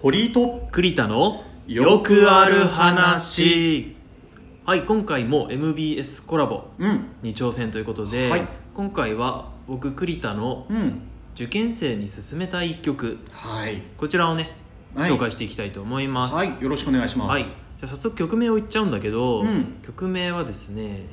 堀井と栗田のよくある話はい今回も MBS コラボうんに挑戦ということで、はい今回は僕栗田のうん受験生に勧めたい一曲はいこちらをね、はい紹介していきたいと思いますはいよろしくお願いします、はいじゃあ早速曲名を言っちゃうんだけど、うん曲名はですね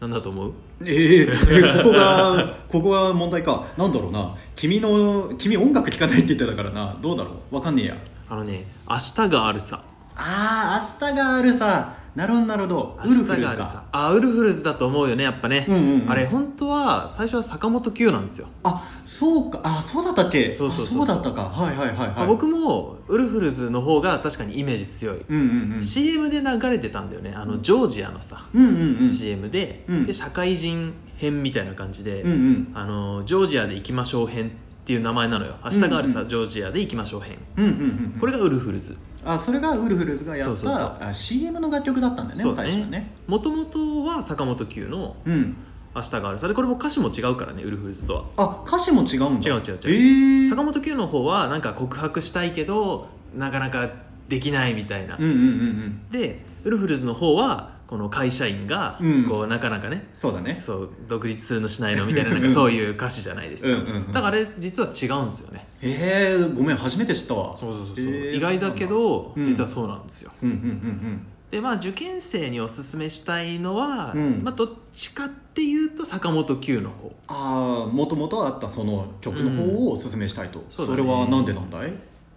なんだと思うええここがここが問題かなんだろうな君の君音楽聴かないって言ってたからなどうだろうわかんねえやあのね「明日があるさ」ああ明日があるさなるほどなるほど「ウル明フ日ルがあズるかさ」あウルフルズだと思うよねやっぱね、うんうんうんあれ本当は最初は坂本九なんですよあそうかあそうだったっけそうそうそうあだったかはいはいはいまはあい僕もウルフルズの方が確かにイメージ強い、うんうんうん CM で流れてたんだよねあのジョージアのさ、うんうんうん CM で,、うんで社会人編みたいな感じで、うんうんあのジョージアで行きましょう編っていう名前なのよ明日があるさ、うんうんジョージアで行きましょう編うんうんうんこれがウルフルズあそれがウルフルズがやったそうそうそうあ CM の楽曲だったんだよねそうだね最初はねもともとは坂本九のうん「明日があるさ」でこれも歌詞も違うからねウルフルズとはあ歌詞も違うんだ違う違う違うえー、坂本九の方はなんか告白したいけどなかなかできないみたいな、うんうんうんうんでウルフルズの方はこの会社員がうんこうなかなかね、そうだねそう独立するのしないのみたいなうんなんかそういう歌詞じゃないですか、うんうんうんだからあれ実は違うんですよねえー、ごめん初めて知ったわそうそうそうそう、えー意外だけど、うん実はそうなんですようんうんうんでまあ受験生におすすめしたいのは、うんまあ、どっちかっていうと坂本九の方ああもともとあったその曲の方をおすすめしたいと、そうそだねれはなんでなんだい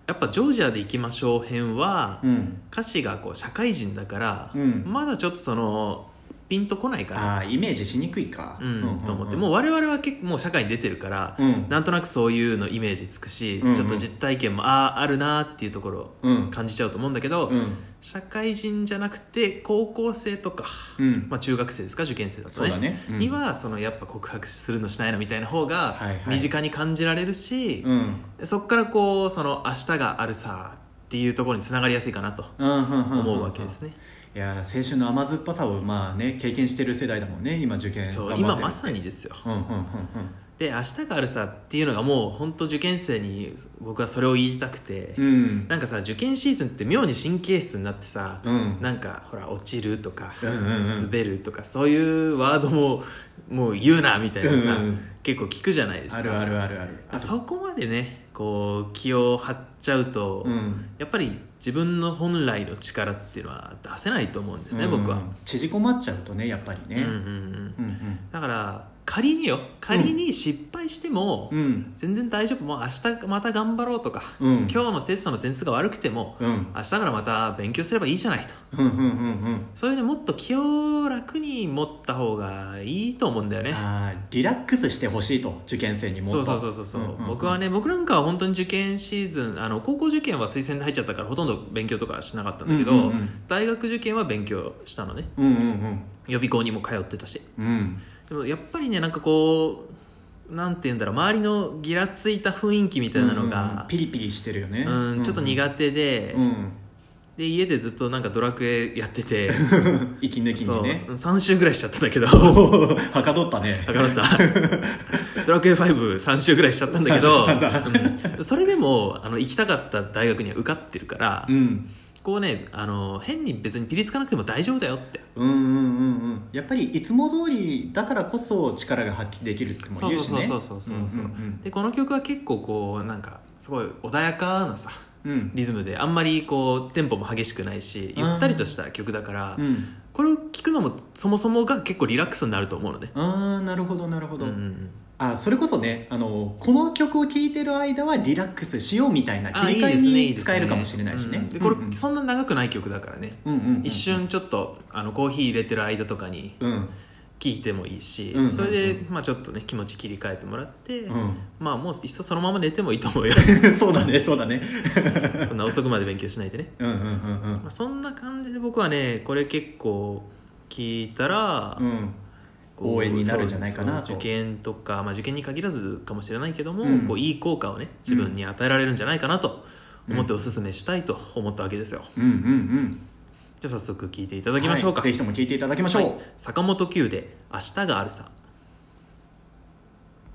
やっぱ「ジョージアで行きましょう」編は、うん歌詞がこう社会人だから、うんまだちょっとそのピンとこないかなああイメージしにくいかうんと思ってもう我々は結構もう社会に出てるから、うんなんとなくそういうのイメージつくし、うんうんちょっと実体験もあああるなーっていうところうん感じちゃうと思うんだけど、うん社会人じゃなくて高校生とか、うんまあ、中学生ですか受験生だとそうねだね、うんにはそのやっぱ告白するのしないのみたいな方がはいはい身近に感じられるし、うんそっからこうその明日があるさっていうところにつながりやすいかなと思思うわけですね、いやー青春の甘酸っぱさをまあね経験してる世代だもんね今受験頑張そっうてる今まさにですようんうんうんで明日があるさっていうのがもう本当受験生に僕はそれを言いたくて、うんなんかさ受験シーズンって妙に神経質になってさ、うんなんかほら落ちるとか、うんうんうん滑るとかそういうワードももう言うなみたいなさ、うんうんうん結構聞くじゃないですかあるあるあるあるあそこまでねこう気を張っちゃうと、うんやっぱり自分の本来の力っていうのは出せないと思うんですね、うん僕は、縮こまっちゃうとねやっぱりうんねうんうんうんうんだから仮によ仮に失敗しても、うん全然大丈夫もう明日また頑張ろうとか、うん今日のテストの点数が悪くても、うん明日からまた勉強すればいいじゃないとうんうんうんうんそういうねもっと気を楽に持った方がいいと思うんだよねあーリラックスしてほしいと受験生にもっそうとそうそうそうそう、んんん僕はね僕なんかは本当に受験シーズンあの高校受験は推薦で入っちゃったからほとんど勉強とかしなかったんだけど、うんうんうん大学受験は勉強したのねうんうん予備校にも通ってたしうんうんでもやっぱりねなんかこうなんて言うんだろう周りのギラついた雰囲気みたいなのうんうんが、ピリピリしてるよねうんちょっと苦手で、うん で家でずっとなんかドラクエやってて 息抜きそにうね3週ぐらいしちゃったんだけ どおーはかどったね高かったドラクエ53週ぐらいしちゃったんだけど三周したうんそれでもあの行きたかった大学には受かってるから、うんこうねあの変に別にピリつかなくても大丈夫だよってうんうんうんうんやっぱりいつも通りだからこそ力が発揮できるってもそう言うしそうねそうそうそうそう,、んでこの曲は結構こうなんかすごい穏やかなさうんうんリズムであんまりこうテンポも激しくないしゆったりとした曲だから、うんうんこれを聴くのもそもそもが結構リラックスになると思うのね、あーなるほどなるほうんど、うんうんあそれこそねあのこの曲を聴いてる間はリラックスしようみたいなあ切りいいで替すえねいにいですね使えるかもしれないしねうんでこれ、うんうんそんな長くない曲だからね、うんうんうん一瞬ちょっとあのコーヒー入れてる間とかにうん聴いてもいいし、うんうんうんそれで、まあ、ちょっとね気持ち切り替えてもらって、うん まあもういっそそのまま寝てもいいと思うよそうだねそうだねそんな遅くまで勉強しないでね、うんうんうんまあ、そんな感じで僕はねこれ結構聞いたら、うんうんこう応援になるんじゃないかなとそう受験とか、まあ、受験に限らずかもしれないけども、うんこういい効果をね自分に与えられるんじゃないかなと思っておすすめしたいと思ったわけですよ、うんうんうんじゃあ早速聞いていただきましょうか、はいぜひとも聴いていただきましょう、はい坂本九で「明日があるさ」